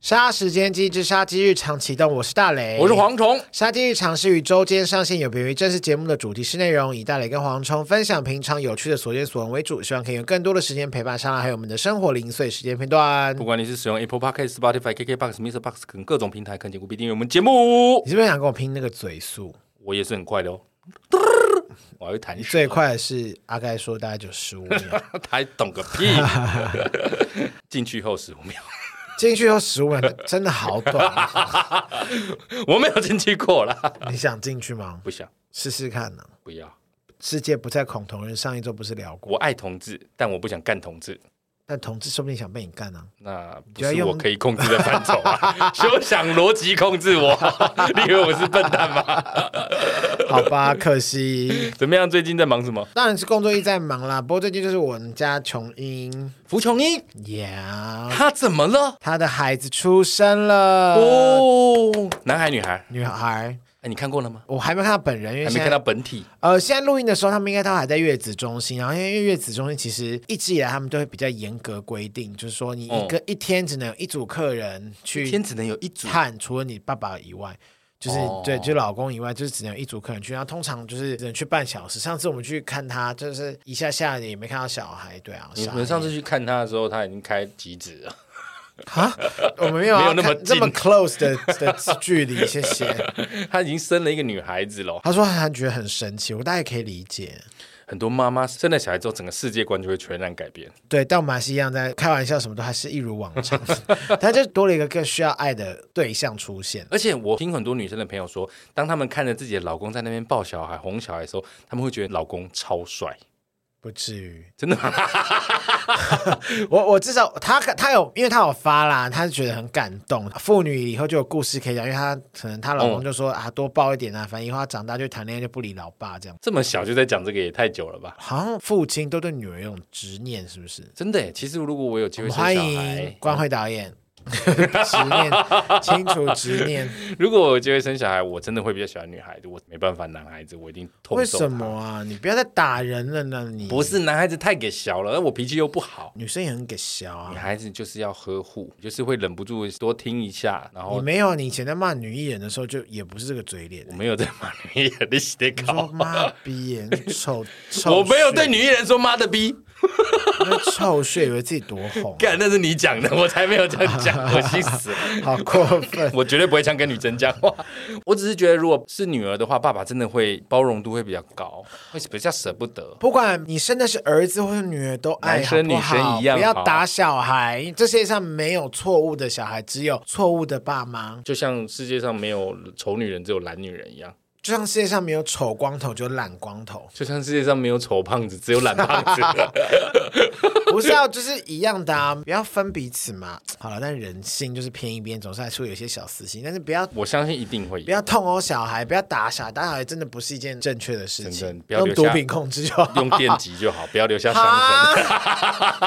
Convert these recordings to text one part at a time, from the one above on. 杀时间机之杀鸡日常启动，我是大雷，我是。蝗虫。杀鸡日常是于周间上线，有别于正式节目的主题式内容，以大雷跟蝗虫分享平常有趣的所见所闻为主，希望可以有更多的时间陪伴上来，还有我们的生活零碎时间片段 不。管你是使用 Apple Podcast、Spotify、KKBox、Mr. Box 等各种平台，恳请务必订阅我们节目你。是不是想跟我拼那个嘴速？我也是很快的 哦，我还会弹最水，快的是阿盖说大概就十五秒，还懂个屁。 进去后十五秒，进去后十五秒真的好短。啊我没有进去过啦。你想进去吗？ 不想，试试看呢、不要。世界不再恐同日，上一周不是聊过？我爱同志，但我不想干同志。但同志说不定想被你干啊！那不就要是用我可以控制的范畴 啊！休想逻辑控制我，你以为我是笨蛋吗？好吧，可惜。怎么样？最近在忙什么？当然是工作一直在忙啦，不过最近就是我们家琼英服琼英， ，Yeah，啊他怎么了？她的孩子出生了，哦，男孩女孩？女孩，哎，你看过了吗？我还没看到本人，因为还现没在看到本体。呃，现在录音的时候，他们应该都还在月子中心，然后因为月子中心其实一直以来他们都会比较严格规定，就是说你一个、一天只能有一组客人哦一去天只能有一组，看，除了你爸爸以外。就是、哦对，就老公以外，就是只能有一组客人去，然后通常就是只能去半小时。上次我们去看他，就是一下下也没看到小孩，对啊，你小孩们上次去看他的时候，他已经开几指了。 啊，我们没有没有要那么看这么近 close 的 的距离，谢谢。他已经生了一个女孩子了。他说他觉得很神奇，我大概可以理解。很多妈妈生了小孩之后，整个世界观就会全然改变。对，但我们还是一样在开玩笑，什么都还是一如往 常，他就多了一个更需要爱的对象出现。而且我听很多女生的朋友说，当她们看着自己的老公在那边抱小孩、哄小孩的时候，她们会觉得老公超帅，不至于，真的吗？ 我我至少他他有，因为他有发啦，他就觉得很感动。妇女以后就有故事可以讲，因为她可能她老公就哦说、啊，多抱一点啊，反正以后她长大就谈恋爱就不理老爸这样。这么小就在讲这个也太久了吧？好像父亲都对女儿有种执念，是不是？真的耶，其实如果我有机我会们生欢小嗯迎孩，关慧导演， 执 念清除执念，如果我有机会生小孩，我真的会比较喜欢女孩子，我没办法，男孩子我一定痛为揍。什么啊？你不要再打人了呢，你不是男孩子太给小了，而我脾气又不好。女生也很给笑女啊。孩子就是要呵护，就是会忍不住多听一下，然你后没有，你以前在骂女艺人的时候，就也不是这个嘴脸我。没有在骂女艺人，你是在你说搞。妈逼耶，你 臭嗯臭，我没有对，女艺人说妈的逼，那臭血以为自己多 红，啊干那是你 讲的，我才没有这样讲，恶心死了。好过分。我绝对不会这样跟女生讲话，我只是觉得如果是女儿的话，爸爸真的会包容度会比较高，会比较舍不得。不管你生的是儿子或是女儿，都爱男生好不好女生一样不要好啊打小孩。这世界上没有错误的小孩，只有错误的爸妈。就像世界上没有丑女人，只有懒女人一样；就像世界上没有丑光头，就懒光头， 就像世界上没有丑胖子，只有懒胖子。不是要就是一样的啊！不要分彼此嘛。好了，但人性就是偏一边，总是还是会有一些小私心，但是不要我相信一定会有不。要痛殴小孩，不要打小孩，打小孩真的不是一件正确的事情真的。不要用留毒下品控制就好。用电击就好，不要留下 伤痕。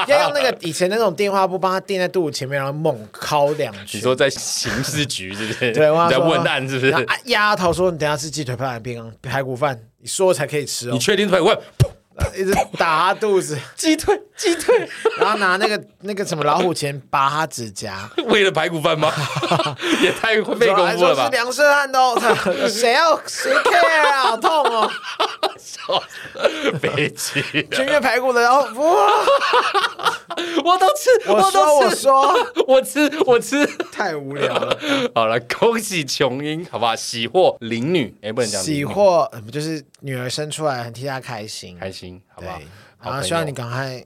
啊！ 要用那个以前那种电话布，帮他垫在肚子前面，然后猛敲两拳。你说在刑事局是不 是？对，我跟你他在说问案是不是然？后啊丫头说：“你等一下吃鸡腿饭还是冰排骨饭？你说我才可以吃哦你。确定腿问？噗”一直打他肚子，鸡腿，鸡腿，然后拿那个 那个什么老虎钳拔他指甲。为了排骨 饭吗？也太费说还功夫说了是吧！梁胜汉都， 谁要谁 care 啊？好痛哦！北极，全面排骨的，然后哇，我都吃， 我说都我吃，说，我吃，我吃。 太无聊了。好了，恭喜琼英，好不好？喜获麟女，哎，不能讲麟女 喜获呃不就是女儿生出来很替她开心，开心，好对不好？好然后朋希望友你赶快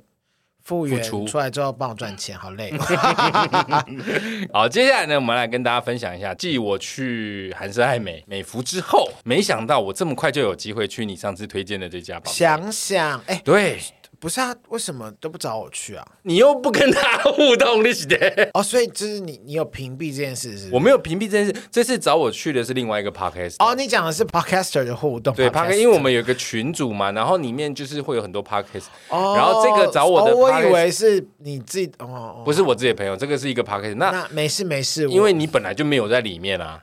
复原出出来之后帮我赚钱，好累。 好，接下来呢，我们来跟大家分享一下，继我去韩式爱美美孚之后，没想到我这么快就有机会去你上次推荐的这家吧。想想，哎、对不是啊，为什么都不找我去啊？你又不跟他互动，你是的。哦，所以就是你，你有屏蔽这件事是不是 我没有屏蔽这件事，这次找我去的是另外一个 podcast。哦，你讲的是 podcaster 的互动，对 podcast ，podcast，因为我们有一个群组嘛，然后里面就是会有很多 podcast，、哦，然后这个找我的哦，我 podcast，、以为是你自己，哦哦，不是我自己的朋友，这个是一个 podcast 那。那没事没事，因为你本来就没有在里面啊，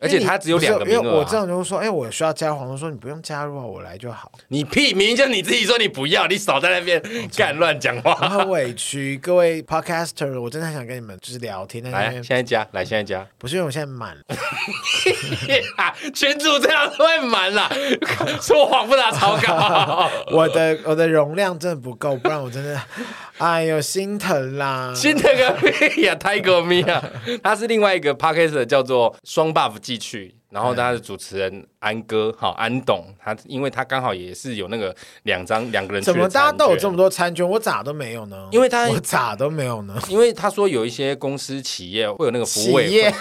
而且他只有两个名因为我额、这啊。种就说，哎，我需要加入，黄龙说你不用加入啊，我来就好。你屁，明明就你自己说你不要，你少在那边干乱讲我话。很委屈，各位 podcaster，我真的很想跟你们就是聊天，但来，是因为现在加，来现在 加，不是因为我现在满了，群主这样都会满啦， 说谎不打草 稿。我的我的容量真的不够，不然我真的，哎呦心疼啦。新的个屁呀，泰国咪啊，他是另外一个 podcast 叫做双 buff 寄去，然后他的主持人安哥，好安董，他因为他刚好也是有那个两张两个人去怎的么大家餐都有券这么多餐券，我咋都没有呢？因为他我咋都没有呢？因为他说有一些公司企业会有那个企服委业会，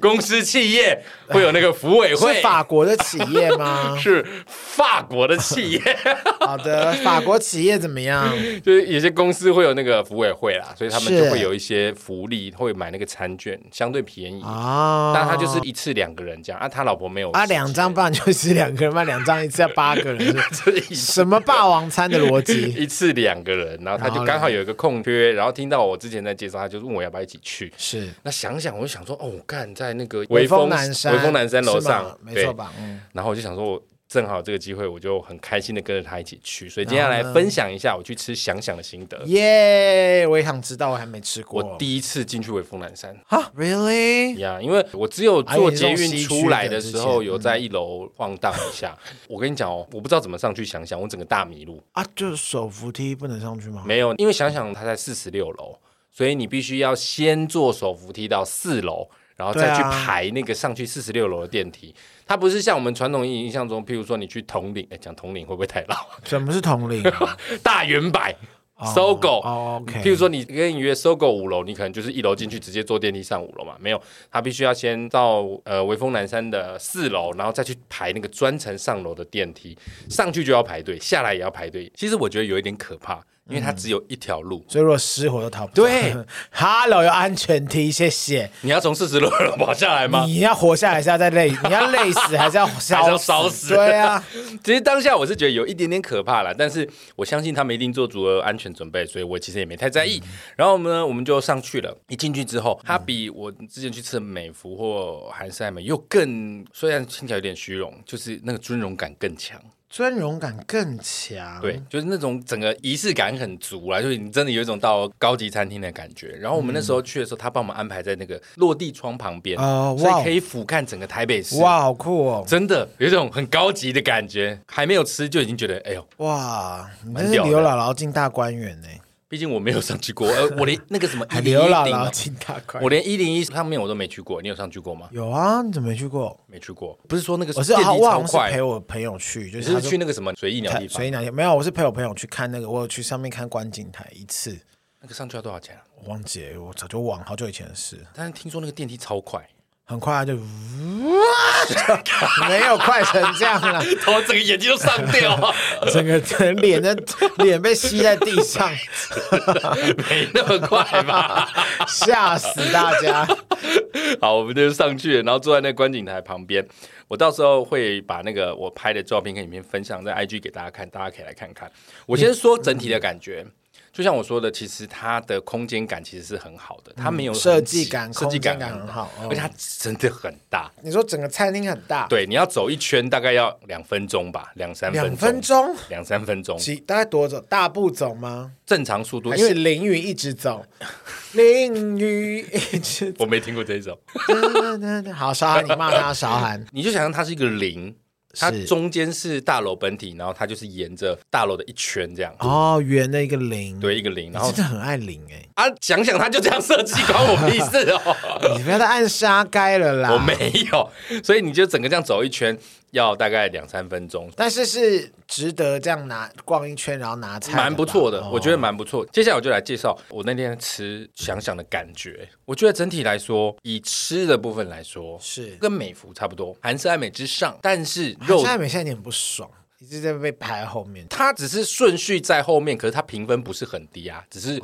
公司企业会有那个服委会，是法国的企业吗？是法国的企业， 好的，法国企业怎么样？就是有些公司会有那个服委会啦，所以他们是就会有一些福利，会买那个餐券，相对便宜。啊，但他就是一次两个人这样啊，他老婆没有啊，两张半就是两个人嘛，两张一次要八个人， 是这一什么霸王餐的逻辑？ 一次两个人，然后他然后就嘞刚好有一个空缺，然后听到我之前在介绍，他就问我要不要一起去。是那想想，我就想说，哦，干在那个微风南山，微风南山楼是吗上，没对错吧？嗯，然后我就想说，我正好这个机会，我就很开心的跟着他一起去，所以接下来分享一下我去吃想想的心得。耶，我也想知道，我还没吃过。呃我第一次进去微风南山啊，really？呀因为我只有坐捷哎你是从运西区出来的的时候之前嗯有在一楼晃荡一下。我跟你讲哦，我不知道怎么上去想想，我整个大迷路。啊，就是手扶梯不能上去吗？没有，因为想想它在四十六楼，所以你必须要先坐手扶梯到四楼，然后对再啊去排那个上去四十六楼的电梯。它不是像我们传统印象中，譬如说你去统领，哎，讲统领会不会太老？ 什么是同龄啊？大圆百、哦 搜狗。哦，OK。譬如说，你跟你约搜狗五楼，你可能就是一楼进去直接坐电梯上五楼嘛？没有，他必须要先到呃微风南山的四楼，然后再去排那个专程上楼的电梯，上去就要排队，下来也要排队。其实我觉得有一点可怕，因为嗯它只有一条路，所以如果失火都逃不对，Hello 有安全梯，谢谢。你要从四十楼跑下来 吗？你要活下来是要再累，你要累死还是要 还是烧要烧死对啊，其实当下我是觉得有一点点可怕啦，但是我相信他们一定做足了安全准备，所以我其实也没太在意。然后呢，我们就上去了。一进去之后，它比我之前去吃的美孚或韩式爱美又更，虽然听起来有点虚荣，就是那个尊荣感更强。尊荣感更强。对，，就是那种整个仪式感很足啦，就是你真的有一种到高级餐厅的感觉。然后我们那时候去的时候，他帮我们安排在那个落地窗旁边，哦所哇以可以俯瞰整个台北市。哇，好酷哦！真的有一种很高级的感觉，还没有吃就已经觉得，哎呦，哇，你蛮真是屌的刘姥姥进大观园呢，毕竟我没有上去 过，呃，我连那个什么一啊零刘姥一姥顶，进大观我园。连一零一上面我都没去过。你有上去过吗？有啊，你怎么没去过？没去过，不是说那个我是电好，梯我超好像快是陪，我朋友去，就你是他是说去那个什么随意鸟看地方所以，两天没有，我是陪我朋友去看那个，我有去上面看观景台一次，那个上去要多少钱啊？我忘记了，我早就忘了，好久以前的事，但是听说那个电梯超 快， 很快啊它就呜，就没有快成这样了，我整个眼睛都上啊吊， 整个整个脸的脸被吸在地 上，没那么快吧？吓死大家！ 好，我们就上去了，然后坐在那个观景台旁边。我到时候会把那个我拍的照片跟影片分享在 IG 给大家看，大家可以来看看。我先说整体的感觉，就像我说的，其实它的空间感其实是很好的，它没有很嗯设计感挤设计空间感很很好哦而且它真的很大。你说整个餐厅很大，对，你要走一圈大概要两分钟吧，两三分两钟，分钟两三分钟，几大概多走？大步走吗？正常速度，还因是为淋雨一直 走？淋雨一直我没听过这一种。走。好，韶涵，你骂他，韶涵。你就想象它是一个零，它是中间是大楼本体，然后它就是沿着大楼的一圈这样，哦，圆的一个零，对，，一个零，你然后真的很爱零哎、啊，想想他就这样设计，关我屁事哦。 你不要再按沙该了啦。我没有，所以你就整个这样走一圈，要大概两三分钟，但是是值得这样拿逛一圈，然后拿菜，蛮不错的，哦我觉得蛮不错。接下来我就来介绍我那天吃想想的感觉。我觉得整体来说，以吃的部分来说，是。跟美孚差不多，韩式爱美之上，但是肉肉夏美现在有点不爽，一直在被排在后面。它只是顺序在后面，可是它评分不是很低啊，只是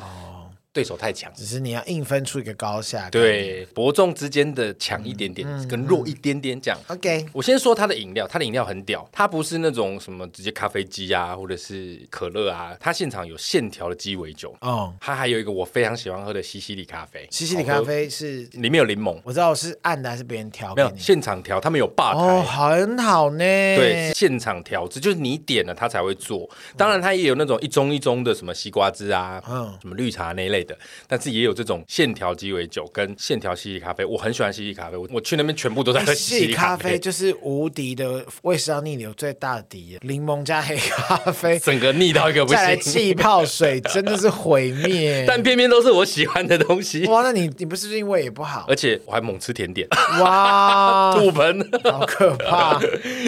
对手太强。只是你要硬分出一个高下。对，伯仲之间的强一点点跟弱一点点这样。 ，OK，我先说它的饮料，它的饮料很屌，它不是那种什么直接咖啡机啊，或者是可乐啊，它现场有线条的鸡尾酒，哦，它还有一个我非常喜欢喝的西西里咖啡，西西里咖啡哦是里面有柠檬，我知道我是暗的还是别人调没给有你？现场调，他们有吧台。哦，很好呢。对，，现场调制就是你点了它才会做，当然它也有那种一盅一盅的什么西瓜汁啊，嗯什么绿茶那一类的，但是也有这种线条鸡尾酒跟线条西西里咖啡，我很喜欢西西里咖啡，我我去那边全部都在喝西西西哎西里里咖咖啡啡，就是无敌的胃食道逆流最大的敌人，柠檬加黑咖 啡，整个腻到一个不再来行。气泡水，真的是毁灭。 但偏偏都是我喜欢的东西，哇，啊那你你不是最近胃也不好？ 而且我还猛吃甜点， 哇，吐盆。好可 怕！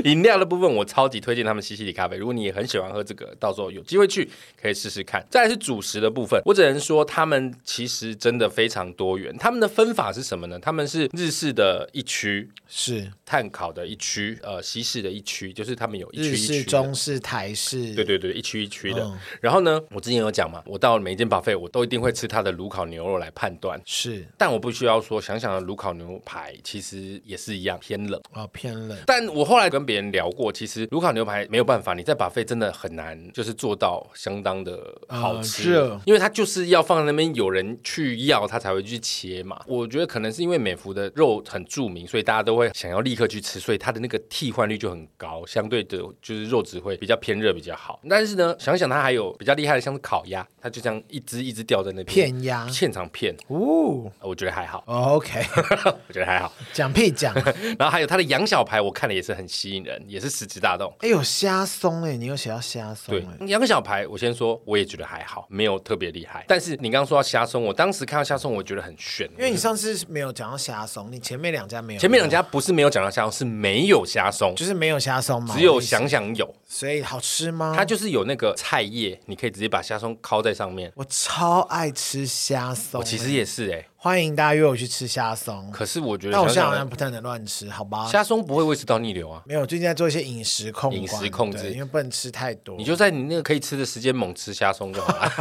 饮料的部分，我超级推荐他们西西里咖啡。如果你也很喜欢喝这个，到时候有机会去可以试试看。再来是主食的部分，我只能说他们其实真的非常多元。他们的分法是什么呢？他们是日式的一区，是碳烤的一区，呃，西式的一区，就是他们有一区日一区的式、中嗯式、台式，对对对，一区一区的。然后呢，我之前有讲嘛，我到每一间 buffet 我都一定会吃它的炉烤牛肉来判断。是但我不需要说，想想炉烤牛排其实也是一样偏冷。哦，偏冷。但我后来跟别人聊过，其实卢卡牛排没有办法，你在把费真的很难，就是做到相当的好吃，呃是因为它就是要放在那边，有人去要，它才会去切嘛。我觉得可能是因为美孚的肉很著名，所以大家都会想要立刻去吃，所以它的那个替换率就很高，相对的就是肉质会比较偏热比较好。但是呢，想想它还有比较厉害的，像是烤鸭，它就这样一只一只掉在那边片鸭现场片，哦我觉得还好， ，OK，我觉得还好。讲屁讲。然后还有它的羊小排，我看了也是很吸引人，也是十指大动。哎呦，虾松哎，你有写到虾松对哎，，杨小排，我先说，我也觉得还好，没有特别厉害。但是你刚刚说到虾松，我当时看到虾松，我觉得很炫，因为你上次是没有讲到虾松，你前面两家没有，前面两家不是没有讲到虾松，是没有虾松，就是没有虾松嘛，只有我的意思，想想有，所以好吃吗？它就是有那个菜叶，你可以直接把虾松烤在上面。我超爱吃虾松我欸，其实也是哎、欢迎大家约我去吃虾松，可是我觉得但我现在想好想像不太能乱吃，好吧？虾松不会胃食道逆流啊，没有，最近在做一些饮食控管饮食控制对因为不能吃太多。你就在你那个可以吃的时间猛吃虾松就好了。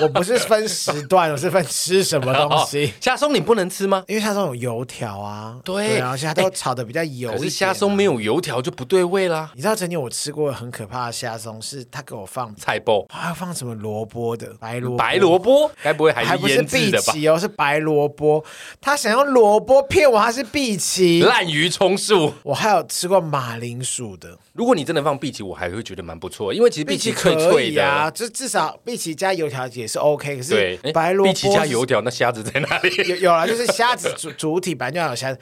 我不是分时段，我是分吃什么 哦东西。虾松你不能吃吗？因为虾松有油条啊，对哎啊而且它都炒的比较油一可点、啊是虾松，没有油条就不对味啦。你知道曾经我吃过很可怕的虾松，是他给我放，菜包、他放什么萝卜的，白萝卜白萝卜，该不会还还是不是腌碧制的吧？琪哦，是白萝卜。他想用萝卜骗我，他是碧琪。滥竽充数。我还有吃过马铃薯的，如果你真的放碧琪，我还会觉得蛮不错，因为其实碧琪脆可脆以的。啊，就至少碧琪加油条也是 OK。可对是，白萝碧卜琪加是油条，那虾子在哪里？有有啦，就是虾子主主体本来就要有虾子，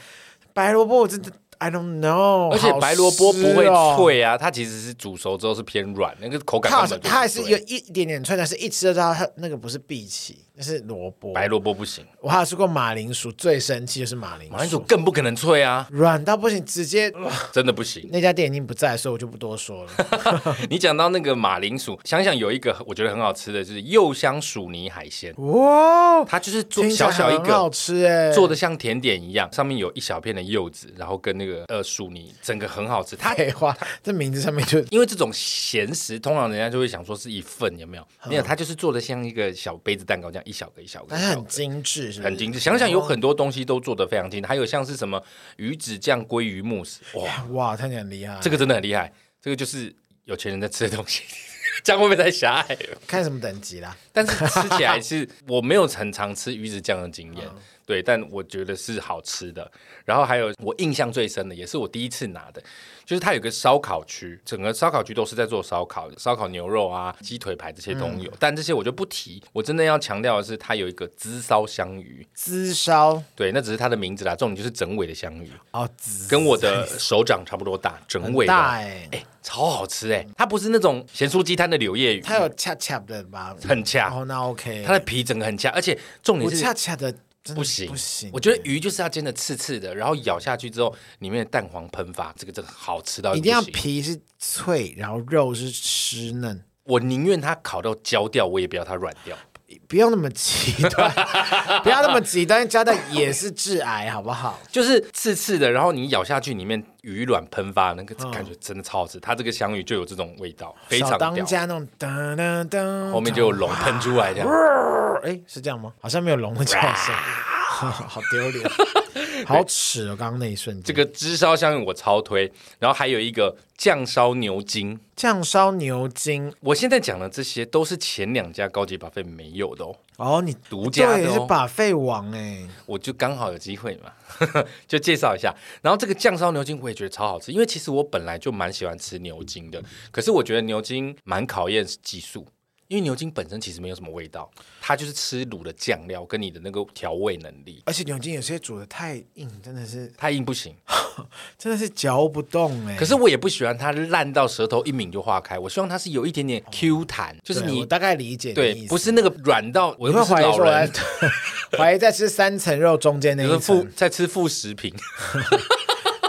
白萝卜我真的 I don't know， 而且白萝卜不会好湿哦。脆啊，它其实是煮熟之后是偏软，那个口感它好根像本就不它还是脆有一点点脆，但是一吃就知道它那个不是碧琪，那是萝卜。白萝卜不行，我还有吃过马铃薯，最生气就是马铃马铃薯，薯更不可能脆啊，软到不行，直接真的不 行。那家店已经不在，所以我就不多说了。 你讲到那个马铃薯，想想有一个我觉得很好吃的，就是柚香薯泥海鲜，哇，它就是做听起小来小一很好个。吃哎，做的像甜点一样，上面有一小片的柚子，然后跟那个呃薯泥，整个很好吃。它废话，这名字上面 就因为这种咸食，通常人家就会想说是一份，有没有？嗯没有，它就是做的像一个小杯子蛋糕这样，一小个一小个，但一是小个很精致，哦是不是很精致。想想有很多东西都做的非常精致，还有像是什么鱼子酱鲑鱼慕斯，哇，哇，看起来很厉害。这个真的很厉害，这个就是有钱人在吃的东西。 这样会不会太狭隘了？看什么等级啦？但是吃起来是我没有很常吃鱼子酱的经验，对，但我觉得是好吃的。然后还有我印象最深的，也是我第一次拿的，就是它有个烧烤区，整个烧烤区都是在做烧烤，烧烤牛肉啊、鸡腿排这些都有，但这些我就不提。我真的要强调的是，它有一个滋烧香鱼，滋烧对，那只是它的名字啦，重点就是整尾的香鱼，哦，滋跟我的手掌差不多大，整尾的，大哎、哎，超好吃哎、它不是那种咸酥鸡摊的柳叶鱼，它有恰恰的吧？很恰。哦，那 OK。它的皮整个很恰，而且重点不是恰恰的真的不行不行。我觉得鱼就是要煎的刺刺的，然后咬下去之后，里面的蛋黄喷发，这个真的好吃到一定要不行皮是脆，然后肉是湿嫩，我宁愿它烤到焦掉，我也不要它软掉。不用那么极 端，不要那么极端，加的也是致癌，好不好？就是刺刺的，然后你咬下去，里面鱼卵喷发，那个感觉真的超好吃。它这个香芋就有这种味道， 非哦小常当屌。家那种噔噔噔，后面就有龙喷出来，这样哎，是这样吗？好像没有龙的叫声， 好丢脸，好耻哦！刚刚那一瞬间，这个炙烧香芋我超推，然后还有一个酱烧牛筋。酱烧牛筋我现在讲的这些都是前两家高级把费没有的哦，哦，你独家的对，是哦把肺王哎，我就刚好有机会嘛， 就介绍一下。然后这个酱烧牛筋我也觉得超好吃，因为其实我本来就蛮喜欢吃牛筋的，可是我觉得牛筋蛮考验技术。因为牛筋本身其实没有什么味道，它就是吃卤的酱料跟你的那个调味能力，而且牛筋有些煮的太硬，真的是太硬不行。真的是嚼不动哎。可是我也不喜欢它烂到舌头一抿就化开，我希望它是有一点点 Q 弹，就是对我你大概理解你的对意思不是那个软到我你又会不是怀疑老说我在人， 怀疑在吃三层肉中间那就是一副层，在吃副食品。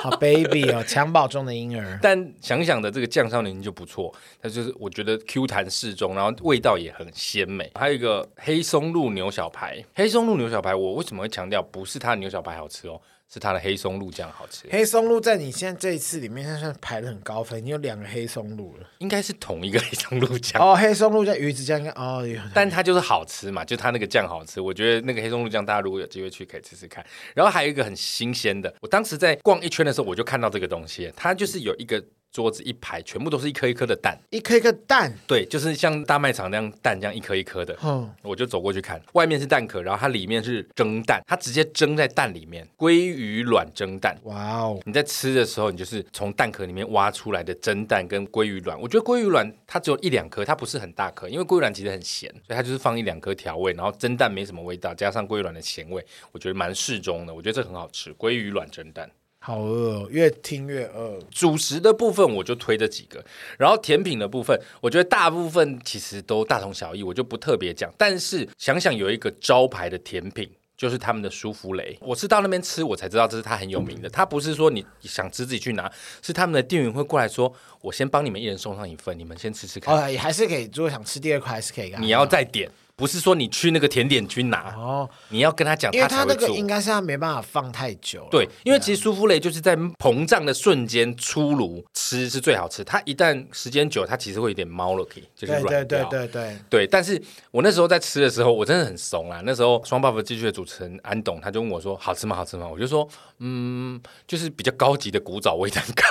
好 baby 哦，襁褓中的婴儿。但想想的这个酱烧牛筋就不错，它就是我觉得 Q 弹适中，然后味道也很鲜美。还有一个黑松露牛小排，黑松露牛小排我为什么会强调不是它的牛小排好吃哦，是它的黑松露酱好吃，黑松露在你现在这一次里面算是排的很高分，你有两个黑松露了。应该是同一个黑松露酱。 哦，黑松露加鱼子酱跟哦，有但它就是好吃嘛，就它那个酱好吃。我觉得那个黑松露酱，大家如果有机会去可以吃吃看。然后还有一个很新鲜的，我当时在逛一圈的时候，我就看到这个东西，它就是有一个桌子一排，全部都是一颗一颗的蛋，一颗一颗蛋，对，就是像大卖场那样蛋这样一颗一颗的。哼，我就走过去看，外面是蛋壳，然后它里面是蒸蛋，它直接蒸在蛋里面，鲑鱼卵蒸蛋。哇哦，你在吃的时候，你就是从蛋壳里面挖出来的蒸蛋跟鲑鱼卵。我觉得鲑鱼卵它只有一两颗，它不是很大颗，因为鲑鱼卵其实很咸，所以它就是放一两颗调味，然后蒸蛋没什么味道，加上鲑鱼卵的咸味，我觉得蛮适中的。我觉得这很好吃，鲑鱼卵蒸蛋。好饿、哦，越听越饿。主食的部分我就推这几个，然后甜品的部分，我觉得大部分其实都大同小异，我就不特别讲。但是想想有一个招牌的甜品。就是他们的舒芙蕾，我是到那边吃，我才知道这是它很有嗯名的。它不是说你想吃自己去拿，是他们的店员会过来说：“我先帮你们一人送上一份，你们先吃吃看。哦，也还是可以，如果想吃第二块，还是可以。你要再点，不是说你去那个甜点区拿，哦，你要跟他讲，因为才它会那个做。应该是它没办法放太久了。对，因为其啊实舒芙蕾就是在膨胀的瞬间出炉吃是最好吃，它一旦时间久，它其实会有点猫了，可以就是对软对对掉对对，对但是我那时候在吃的时候，我真的很怂啊啦。那时候双 buff 继续的主持人安董，他就问我说：“好吃吗？好吃吗？”我就说：“嗯，就是比较高级的古早味蛋糕。，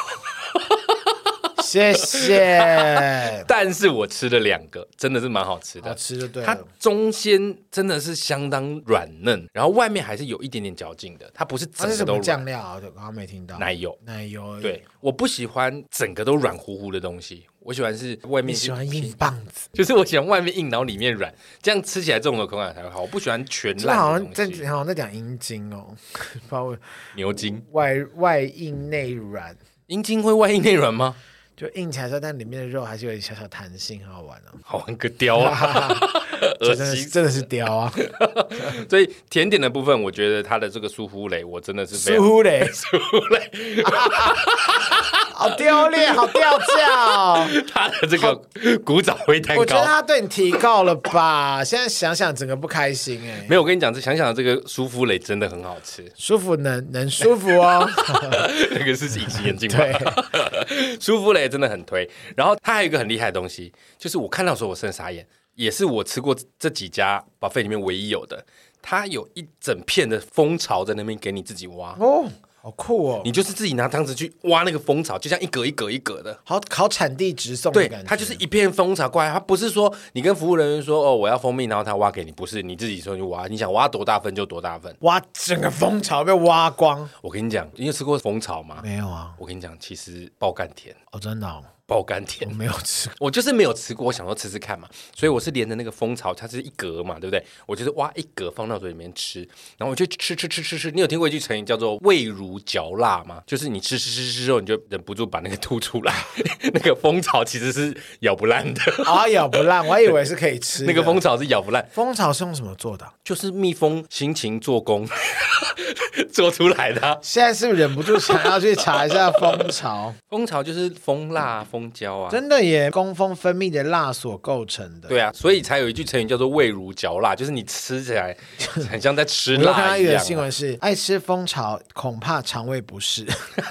谢谢” 但是我吃了两个，真的是蛮好吃好的。吃就对它了。中间真的是相当软嫩，然后外面还是有一点点嚼劲的，它不是整它是个什么都软。酱料啊？我刚刚没听到。奶油，奶油而已。对，我不喜欢整个都软乎乎的东西，我喜欢是外你面喜欢硬棒子？就是我喜欢外面硬，然后里面软，这样吃起来这种的口感才会好。我不喜欢全这好烂像的东在西。好像在讲阴茎哦， 不知道为牛筋，外外硬内软，阴筋会外硬内软吗？就硬起来之后，但里面的肉还是有点小小弹性，很好玩哦。好玩个雕 啊！这恶真的是心。真的是屌啊！所以甜点的部分，我觉得它的这个舒芙蕾，我真的是非常苏 嘞，舒芙蕾，好丢脸，好掉价 哦！它的这个古早味蛋我觉得糕。他对你提高了吧？现在想想，整个不开心哎、没有，我跟你讲，这想想这个舒芙蕾真的很好吃，舒服能能舒服哦。那个是隐形眼镜吧？对， 舒芙蕾真的很推。然后它还有一个很厉害的东西，就是我看到的时候我真的傻眼，也是我吃过这几家 buffet 里面唯一有的。它有一整片的蜂巢在那边给你自己挖， 哦，好酷哦，你就是自己拿汤匙去挖那个蜂巢，就像一格一格一格的。好好产地直送的对感，觉。它就是一片蜂巢过来，它不是说你跟服务人员说哦我要蜂蜜，然后他挖给你，不是你自己说你挖，你想挖多大份就多大份。挖整个蜂巢被挖光。我跟你讲，你有吃过蜂巢吗？没有啊，我跟你讲，其实爆甘甜，哦，真的、哦，爆甘甜我。没有吃过。 我就是没有吃过，我想说吃吃看嘛，所以我是连着那个蜂巢，它是一格嘛，对不对？我就是挖一格放到嘴里面吃，然后我就吃吃吃吃吃。你有听过一句成语叫做“味如嚼蜡”吗？就是你吃吃吃吃之后，你就忍不住把那个吐出来。 那个蜂巢其实是咬不烂 的，啊，咬不烂，我还以为是可以吃的。那个蜂巢是咬不烂，蜂巢是用什么做的啊？就是蜜蜂辛勤做工 做出来的啊、现在是不是忍不住想要去查一下蜂巢？蜂巢就是蜂蜡、蜂蜂胶 啊。真的也工蜂分泌的蜡所构成的。对啊，所以才有一句成语叫做“味如嚼蜡”，就是你吃起来很像在吃我又看蜡到一一则样新啊、闻是，爱吃蜂巢恐怕肠胃不适。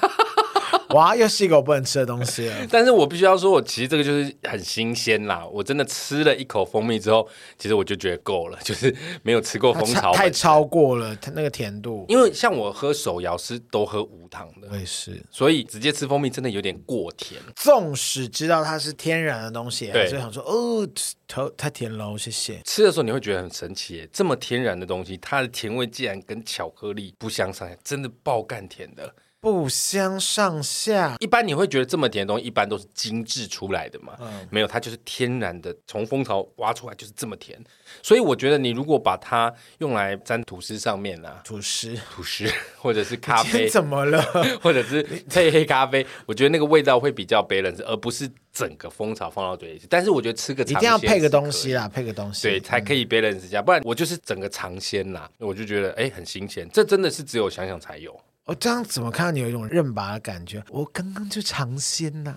哇，又是一个我不能吃的东西 了。但是我必须要说，我其实这个就是很新鲜啦。我真的吃了一口蜂蜜之后，其实我就觉得够了， 就是没有吃过它蜂超巢太本身超过了它那个甜度。因为像我喝手摇是都喝无糖的我，也是，所以直接吃蜂蜜真的有点过甜。纵使知道它是天然的东西，对还是想说哦，头太甜喽，谢谢。吃的时候你会觉得很神奇耶，这么天然的东西，它的甜味竟然跟巧克力不相上下，真的爆干甜的。不相上下，一般你会觉得这么甜的东西，一般都是精致出来的嘛，嗯没有，它就是天然的，从蜂巢挖出来就是这么甜。所以我觉得你如果把它用来沾吐司上面啊，主食。吐司 或者是咖今天啡，怎么 了？或者是配黑咖啡，我觉得那个味道会比较 balance，而不是整个蜂巢放到嘴里去。但是我觉得吃个一尝定要鲜配个是东可以西啦，配个东西。对，才可以 balance 一下，不然我就是整个尝鲜啦，我就觉得哎、很新鲜，这真的是只有想想才有。 我哦这样怎么看到你有一种认拔的感觉？我刚刚就尝鲜 呐，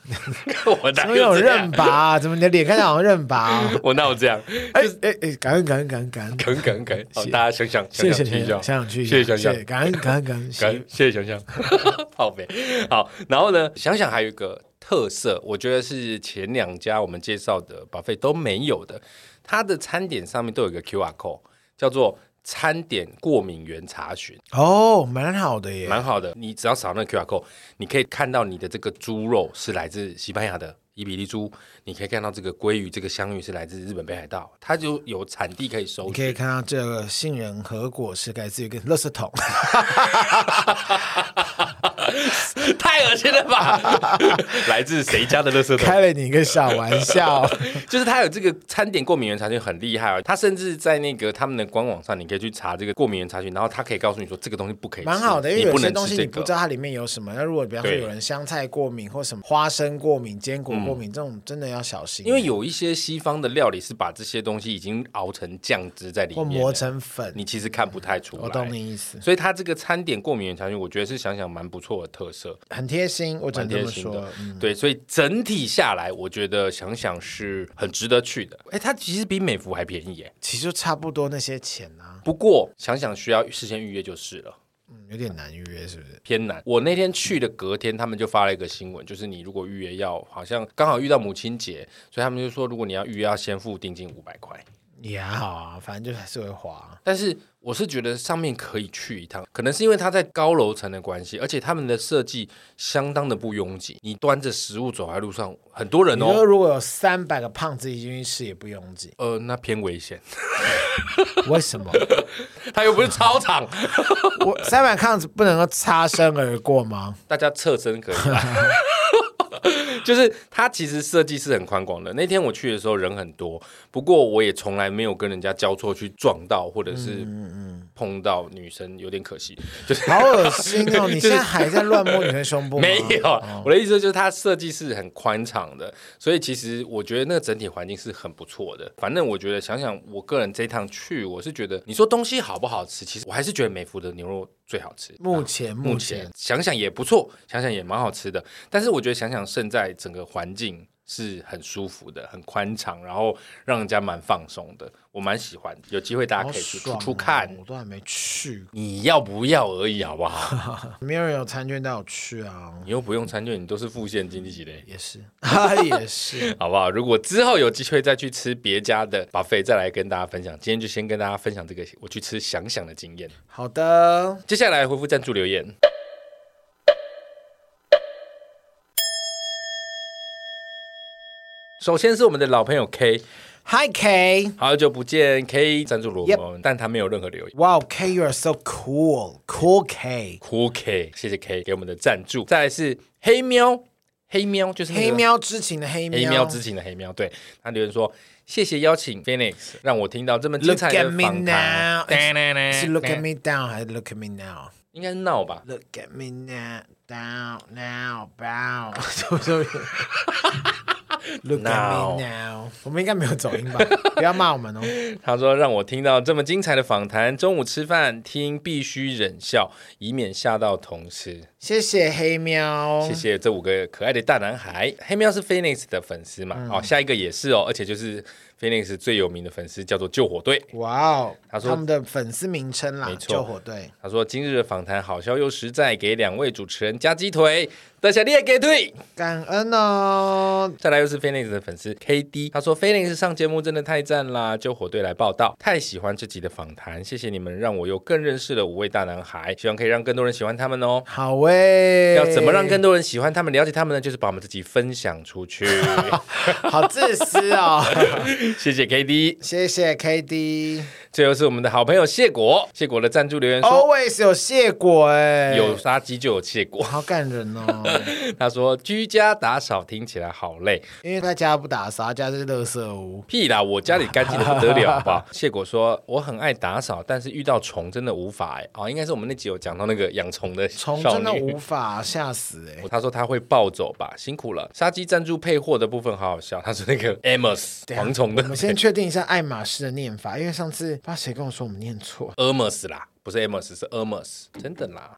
我怎哪么有这认样？拔啊？怎么你的脸看起来好像认拔啊？ 我哪有这样？ 哎哎哎，感恩感恩感恩感恩，梗梗梗，好，谢大家想想谢谢想想去谢一谢，想下，想去一下，谢谢想想感恩感恩感恩，感谢谢谢想 想，好呗。好，然后呢，想想还有一个特色，我觉得是前两家我们介绍的 buffet 都没有的，它的餐点上面都有一个 QR code，叫做餐点过敏源查询。哦，蛮好的耶，蛮好的。你只要扫那个 QR code，你可以看到你的这个猪肉是来自西班牙的伊比利猪，你可以看到这个鲑鱼、这个香芋是来自日本北海道，它就有产地可以收你可以看到这个杏仁核果是来自于一个垃圾桶，太恶心了吧！ 来自谁家的垃圾桶？开了你一个小玩笑。 就是它有这个餐点过敏源查询很厉害哦，它甚至在那个他们的官网上，你可以去查这个过敏源查询，然后它可以告诉你说这个东西不可以吃，蛮好的，因为你有不些能东吃西这你不个知。道它里面有什么。那如果比方说对嗯有人香菜过敏或什么花生过敏、坚果过敏，这种真的要小心，因为有一些西方的料理是把这些东西已经熬成酱汁在里或面了，磨成粉。你其实看不太出来。我懂你意思，所以它这个餐点过敏原查询，我觉得是想想蛮不错的特色，很贴心，我只蛮能这贴么心说的。。对，所以整体下来，我觉得想想是很值得去的。哎，它其实比美孚还便宜耶，其实就差不多那些钱啊，不过想想需要事先预约就是了。嗯，有点难预约，是不是？偏难。我那天去的隔天，他们就发了一个新闻，就是你如果预约要，好像刚好遇到母亲节，所以他们就说，如果你要预约，要先付定金五百块。也还好啊，反正就还是会啊滑。但是我是觉得上面可以去一趟，可能是因为它在高楼层的关系，而且他们的设计相当的不拥挤。你端着食物走在路上，很多人你说哦。，如果有三百个胖子一进去吃也不拥挤 呃，那偏危险， 为什么？它又不是操场，我三百胖子不能够擦身而过吗？大家侧身可以吧？ 就是它其实设计是很宽广的。那天我去的时候人很多，不过我也从来没有跟人家交错去撞到，或者是碰到女生，有点可惜。就是好恶心 哦！你现在还在乱摸女生胸部吗？没有，我的意思就是它设计是很宽敞的，所以其实我觉得那个整体环境是很不错的。反正我觉得想想，我个人这一趟去，我是觉得你说东西好不好吃，其实我还是觉得美孚的牛肉最好吃。目前目目前前想想也不错，想想也蛮好吃的，但是我觉得想想胜在整个环境是很舒服的，很宽敞，然后让人家蛮放松的，我蛮喜欢。有机会大家可以去好出爽出哦看，我都还没去过，你要不要而已，好不好？ 没有人有餐券带我去啊，你又不用餐券，你都是付现金利息嘞。也是， 啊也是。好不好？如果之后有机会再去吃别家的 buffet，再来跟大家分享。今天就先跟大家分享这个我去吃想想的经验。好的，接下来回复赞助留言。首先是我们的老朋友 K， Hi K，好久不见，K 赞助了我们但他没有任何留言。哇、wow, K，you are so cool，cool K， Cool K，谢谢 K 给我们的赞助。再来是黑喵，黑喵就是、那个黑喵之情的黑喵，黑喵之情的黑喵，对他留言说：“谢谢邀请 Phoenix，让我听到这么精 Look 彩 at 的 me 访谈。 now，是是 Look at me down 还是 Look at me now？Look 应该是闹吧？ at me now，down now bow，是不是？ Look at me now，我们应该没有走音 吧？不要骂我们哦。他说让我听到这么精彩的访谈，中午吃饭听必须忍笑，以免吓到同事。谢谢黑喵，谢谢这五个可爱的大男孩。黑喵是 Phoenix 的粉丝嘛？哦，下一个也是哦，而且就是 Phoenix 最有名的粉丝叫做救火队。哇哦，他说他们的粉丝名称啦没，错救火队。他说今日的访谈好笑又实在，给两位主持人加鸡腿，大家列给腿。感恩哦，再来又是 Phoenix 的粉丝 KD，他说 Phoenix 上节目真的太赞啦，救火队来报道，太喜欢这集的访谈，谢谢你们让我又更认识了五位大男孩，希望可以让更多人喜欢他们哦。好喂、要怎么让更多人喜欢他们、了解他们呢？就是把我们这集分享出 去。好自私哦？谢谢 KD，谢谢 KD，Always 最后是我们的好朋友谢果，谢果的赞助留言说。有谢果哎、有杀鸡就有谢果。 好感人哦，他说居家打扫听起来好累，因为他家不打扫，他家是垃圾屋。屁啦，我家里干净的不得了，好 不好？谢果说我很爱打扫，但是遇到虫真的无法哎、哦，应该是我们那集有讲到那个养虫的 虫少真的女无。法吓死哎、他说他会暴走吧，辛苦了。杀鸡赞助配货的部分好好笑。他说那个 Amos 等一下蝗虫的啊我们先确定一下爱马仕的念法，因为上次不知道谁跟我说我们念错。 Amos 啦，不是 Amos 是 Amos，真的啦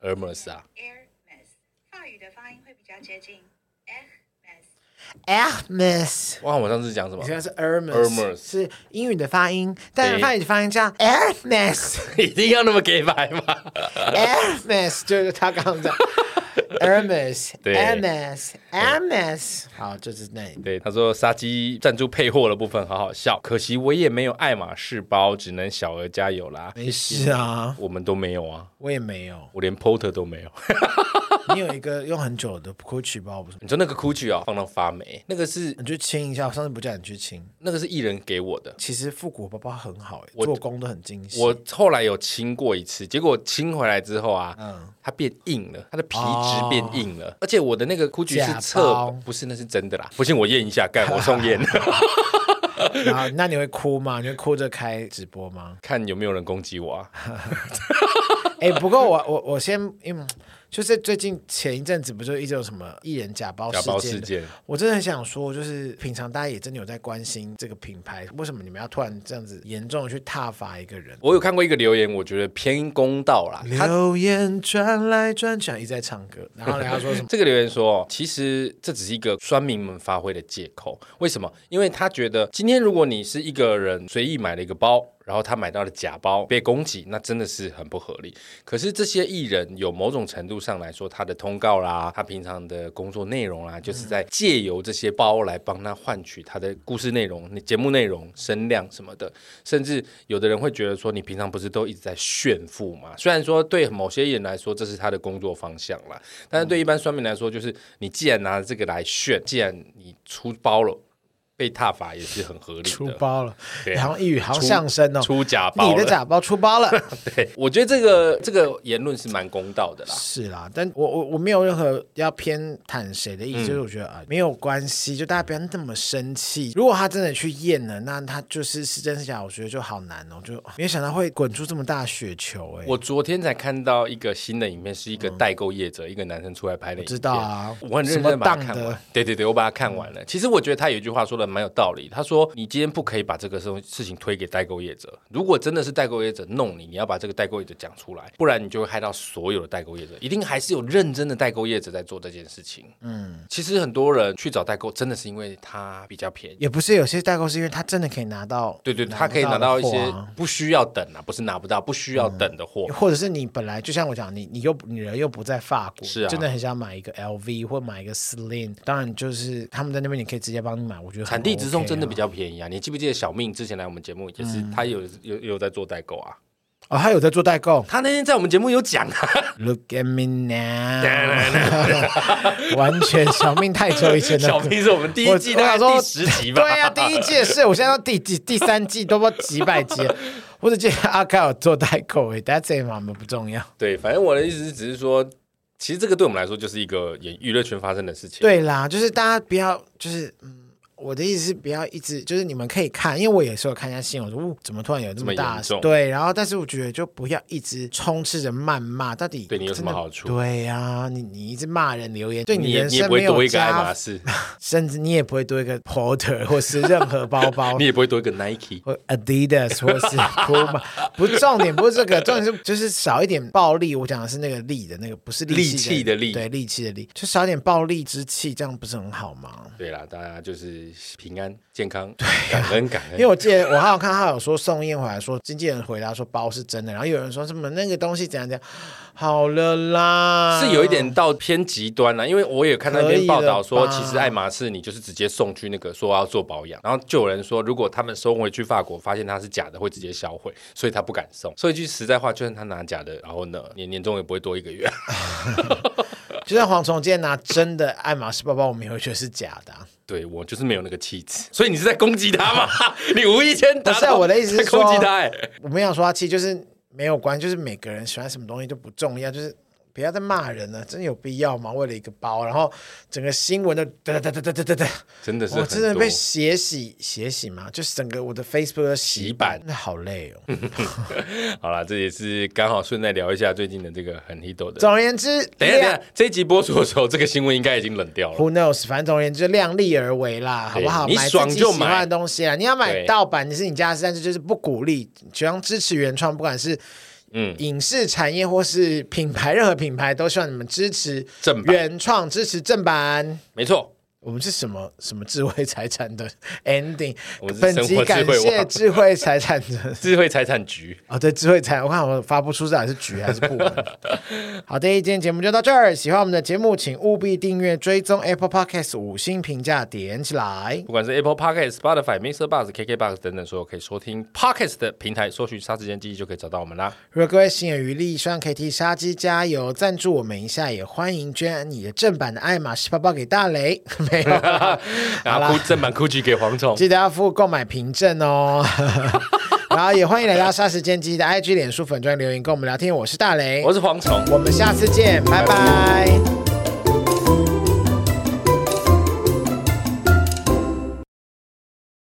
a ，Amos 啊， Hermes，法语的发音会比较接近 Hermes。 Hermes，哇，我上次讲什么你？现在是 Hermes，, Hermes 是英语的发音，但是对法语的发音叫 Hermes，Hermes 一定要那么给白吗？ 就是他刚刚讲 Hermes， 对 Hermes，Hermes，好，就是那里。对，他说杀鸡赞助配货的部分好好笑，可惜我也没有爱马仕包，只能小额加油啦。没事啊，我们都没有啊，我也没有。我连 porter 都没有。 你有一个用很久的 Gucci 包不是？你说那个 Gucci 啊，放到发霉，那个是你去清一下，我上次不叫你去清。那个是艺人给我的。其实复古包包很好、欸，我做工都很精细。我后来有清过一次，结果清回来之后啊，嗯它变硬了，它的皮质哦变硬了，而且我的那个 Gucci 假是侧包，不是那是真的啦，不信我验一下， 干我送啊验，然后那你会哭吗？你会哭着开直播吗？ 看有没有人攻击我啊。哎、不过我我我先，嗯，就是最近前一阵子不就一直有什么艺人假包假包哦事事件？件，我真的很想说，就是平常大家也真的有在关心这个品牌，为什么你们要突然这样子严重的去挞伐一个人？我有看过一个留言，我觉得偏公道啦，他流言转来转去，一直在唱歌，然后人家说什么？ 这个留言说，哦其实这只是一个酸民们发挥的借口。为什么？因为他觉得今天如果你是一个人随意买了一个包，然后他买到了假包被攻击，那真的是很不合理。可是这些艺人有某种程度上来说，他的通告啦，他平常的工作内容啦，就是在借由这些包来帮他换取他的故事内容、节目内容、声量什么的。甚至有的人会觉得说，你平常不是都一直在炫富吗？虽然说对某些艺人来说，这是他的工作方向啦，但是对一般酸民来说，就是你既然拿着这个来炫，既然你出包了，被踏法也是很合理出的。包了，对啊然后一语好像出相声哦，出假包你的了，假包出包了。 对，我觉得这个这个言论是蛮公道的啦。是啦，但我我我没有任何要偏袒谁的意嗯思，就是我觉得啊、没有关系，就大家不要那么生气。如果他真的去验了，那他就是是真是假，我觉得就好难哦，就没想到会滚出这么大的雪球哎、我昨天才看到一个新的影片，是一个代购业者，一个男生出来拍的影片。嗯知道啊我很认什么真把它当看的完。对对对，我把它看完了。其实我觉得他有一句话说的蛮有道理，他说：“你今天不可以把这个事事情推给代购业者，如果真的是代购业者弄你，你要把这个代购业者讲出来，不然你就会害到所有的代购业者。一定还是有认真的代购业者在做这件事情。”嗯，其实很多人去找代购，真的是因为它比较便宜。也不是有些代购是因为他真的可以拿到，对对，拿他可以拿不到到一的货些啊嗯不需要等啊，不是拿不到，不需要等的货。或者是你本来就像我讲，你你又你人又不在法国，是啊真的很想买一个 LV 或买一个 Celine，当然就是他们在那边你可以直接帮你买，我觉得很产地直送 OK 啊嗯真的比较便宜啊！你记不记得小命之前来我们节目也是，他有有有在做代购啊。哦，他有在做代购他那天在我们节目有讲啊， ，Look at me now，完 全小命太久以前的歌。小命是我们第我一季大概我想第说十集吧。对呀、第一季的事，我现在到第几第三季都不知道几百 集了，我只记得阿凯有做代购诶，That's it 嘛，我们不重要。 对，反正我的意思是只是说，其实这个对我们来说就是一个演娱乐圈发生的事情。对啦，就是大家不要就是嗯我的意思是不要一直，就是你们可以看，因为我有时候看一下新闻，我说，哦，怎么突然有这么大的这么严重对，然后但是我觉得就不要一直充斥着谩骂，到底对你有什么真的好处对呀、你你一直骂人留言，对你也人你也生不会没多有一个爱马加，仕，甚至你也不会多一个 Porter 或是任何包包 你。也不会多一个 Nike。或 Adidas 或 是 Puma，不重点不是这个，重点是就是少一点暴力。我讲的是那个力的那个，不是戾气的戾对戾气的力，就少一点暴力之气，这样不是很好吗？对啦，大家就是平安、健康、啊感恩、感因为恩。我记得我好像看他有说宋燕回来说，经纪人回答说包是真的，然后有人说什么那个东西怎样怎样，好了啦，是有一点到偏极端啦，因为我也看到一可篇以了报道说，吧其实爱马仕你就是直接送去那个说要做保养，然后就有人说，如果他们收回去法国，发现它是假的，会直接销毁，所以他不敢送。说一句实在话，就算他拿假的，然后呢，年年终也不会多一个月。 就像黄崇建拿啊真的爱马仕包包，我们也会觉得是假的啊、对我就是没有那个气质， 所以你是在攻击他吗？ 你无意间达不是啊到我的意思是在攻击说他、哎。我没有说他气，就是没有关，就是每个人喜欢什么东西都不重要，就是。不要再骂人了，真的有必要吗？为了一个包，然后整个新闻都哒哒哒哒哒哒哒，真的是我很真的多被血洗血洗嘛，就是整个我的 Facebook 的洗版，那好累哦。 嗯好啦，这也是刚好顺带聊一下最近的这个很 hit 的。总而言之，等一下，等一下，这一集播出的时候，这个新闻应该已经冷掉了。 Who knows？反正总而言之，就量力而为啦，好对不好？你买爽自己就喜买欢的东西啊！你要买对盗版，你是你家的事，但是就是不鼓励，只要支持原创，不管是嗯影视产业或是品牌，任何品牌都希望你们支持正版原创，支持正版。没错，我们是什么什么智慧财产的 ending？我们是本生集活感智慧谢网智慧财产的智慧财产局，哦，对，智慧财，我看我发不出这还是局还是部门。 好的，今天节目就到这儿。喜欢我们的节目，请务必订阅、追踪 Apple Podcast 五星评价点起来。不管是 Apple Podcast、Spotify、Mixer Box、KK Box 等等所有可以收听 Podcast 的平台，搜寻“杀时间记忆”就可以找到我们啦。如果各位心有余力，希望可以替杀鸡加油，赞助我们一下，也欢迎捐你的正版的爱马仕包包给大雷。 没有啦，好然后啦哭，正版 Gucci 给蝗虫，记得要付购买凭证哦。 然后也欢迎来到杀时间机的 IG、脸书粉专留言跟我们聊天。我是大雷，我是蝗虫。我们下次见，拜拜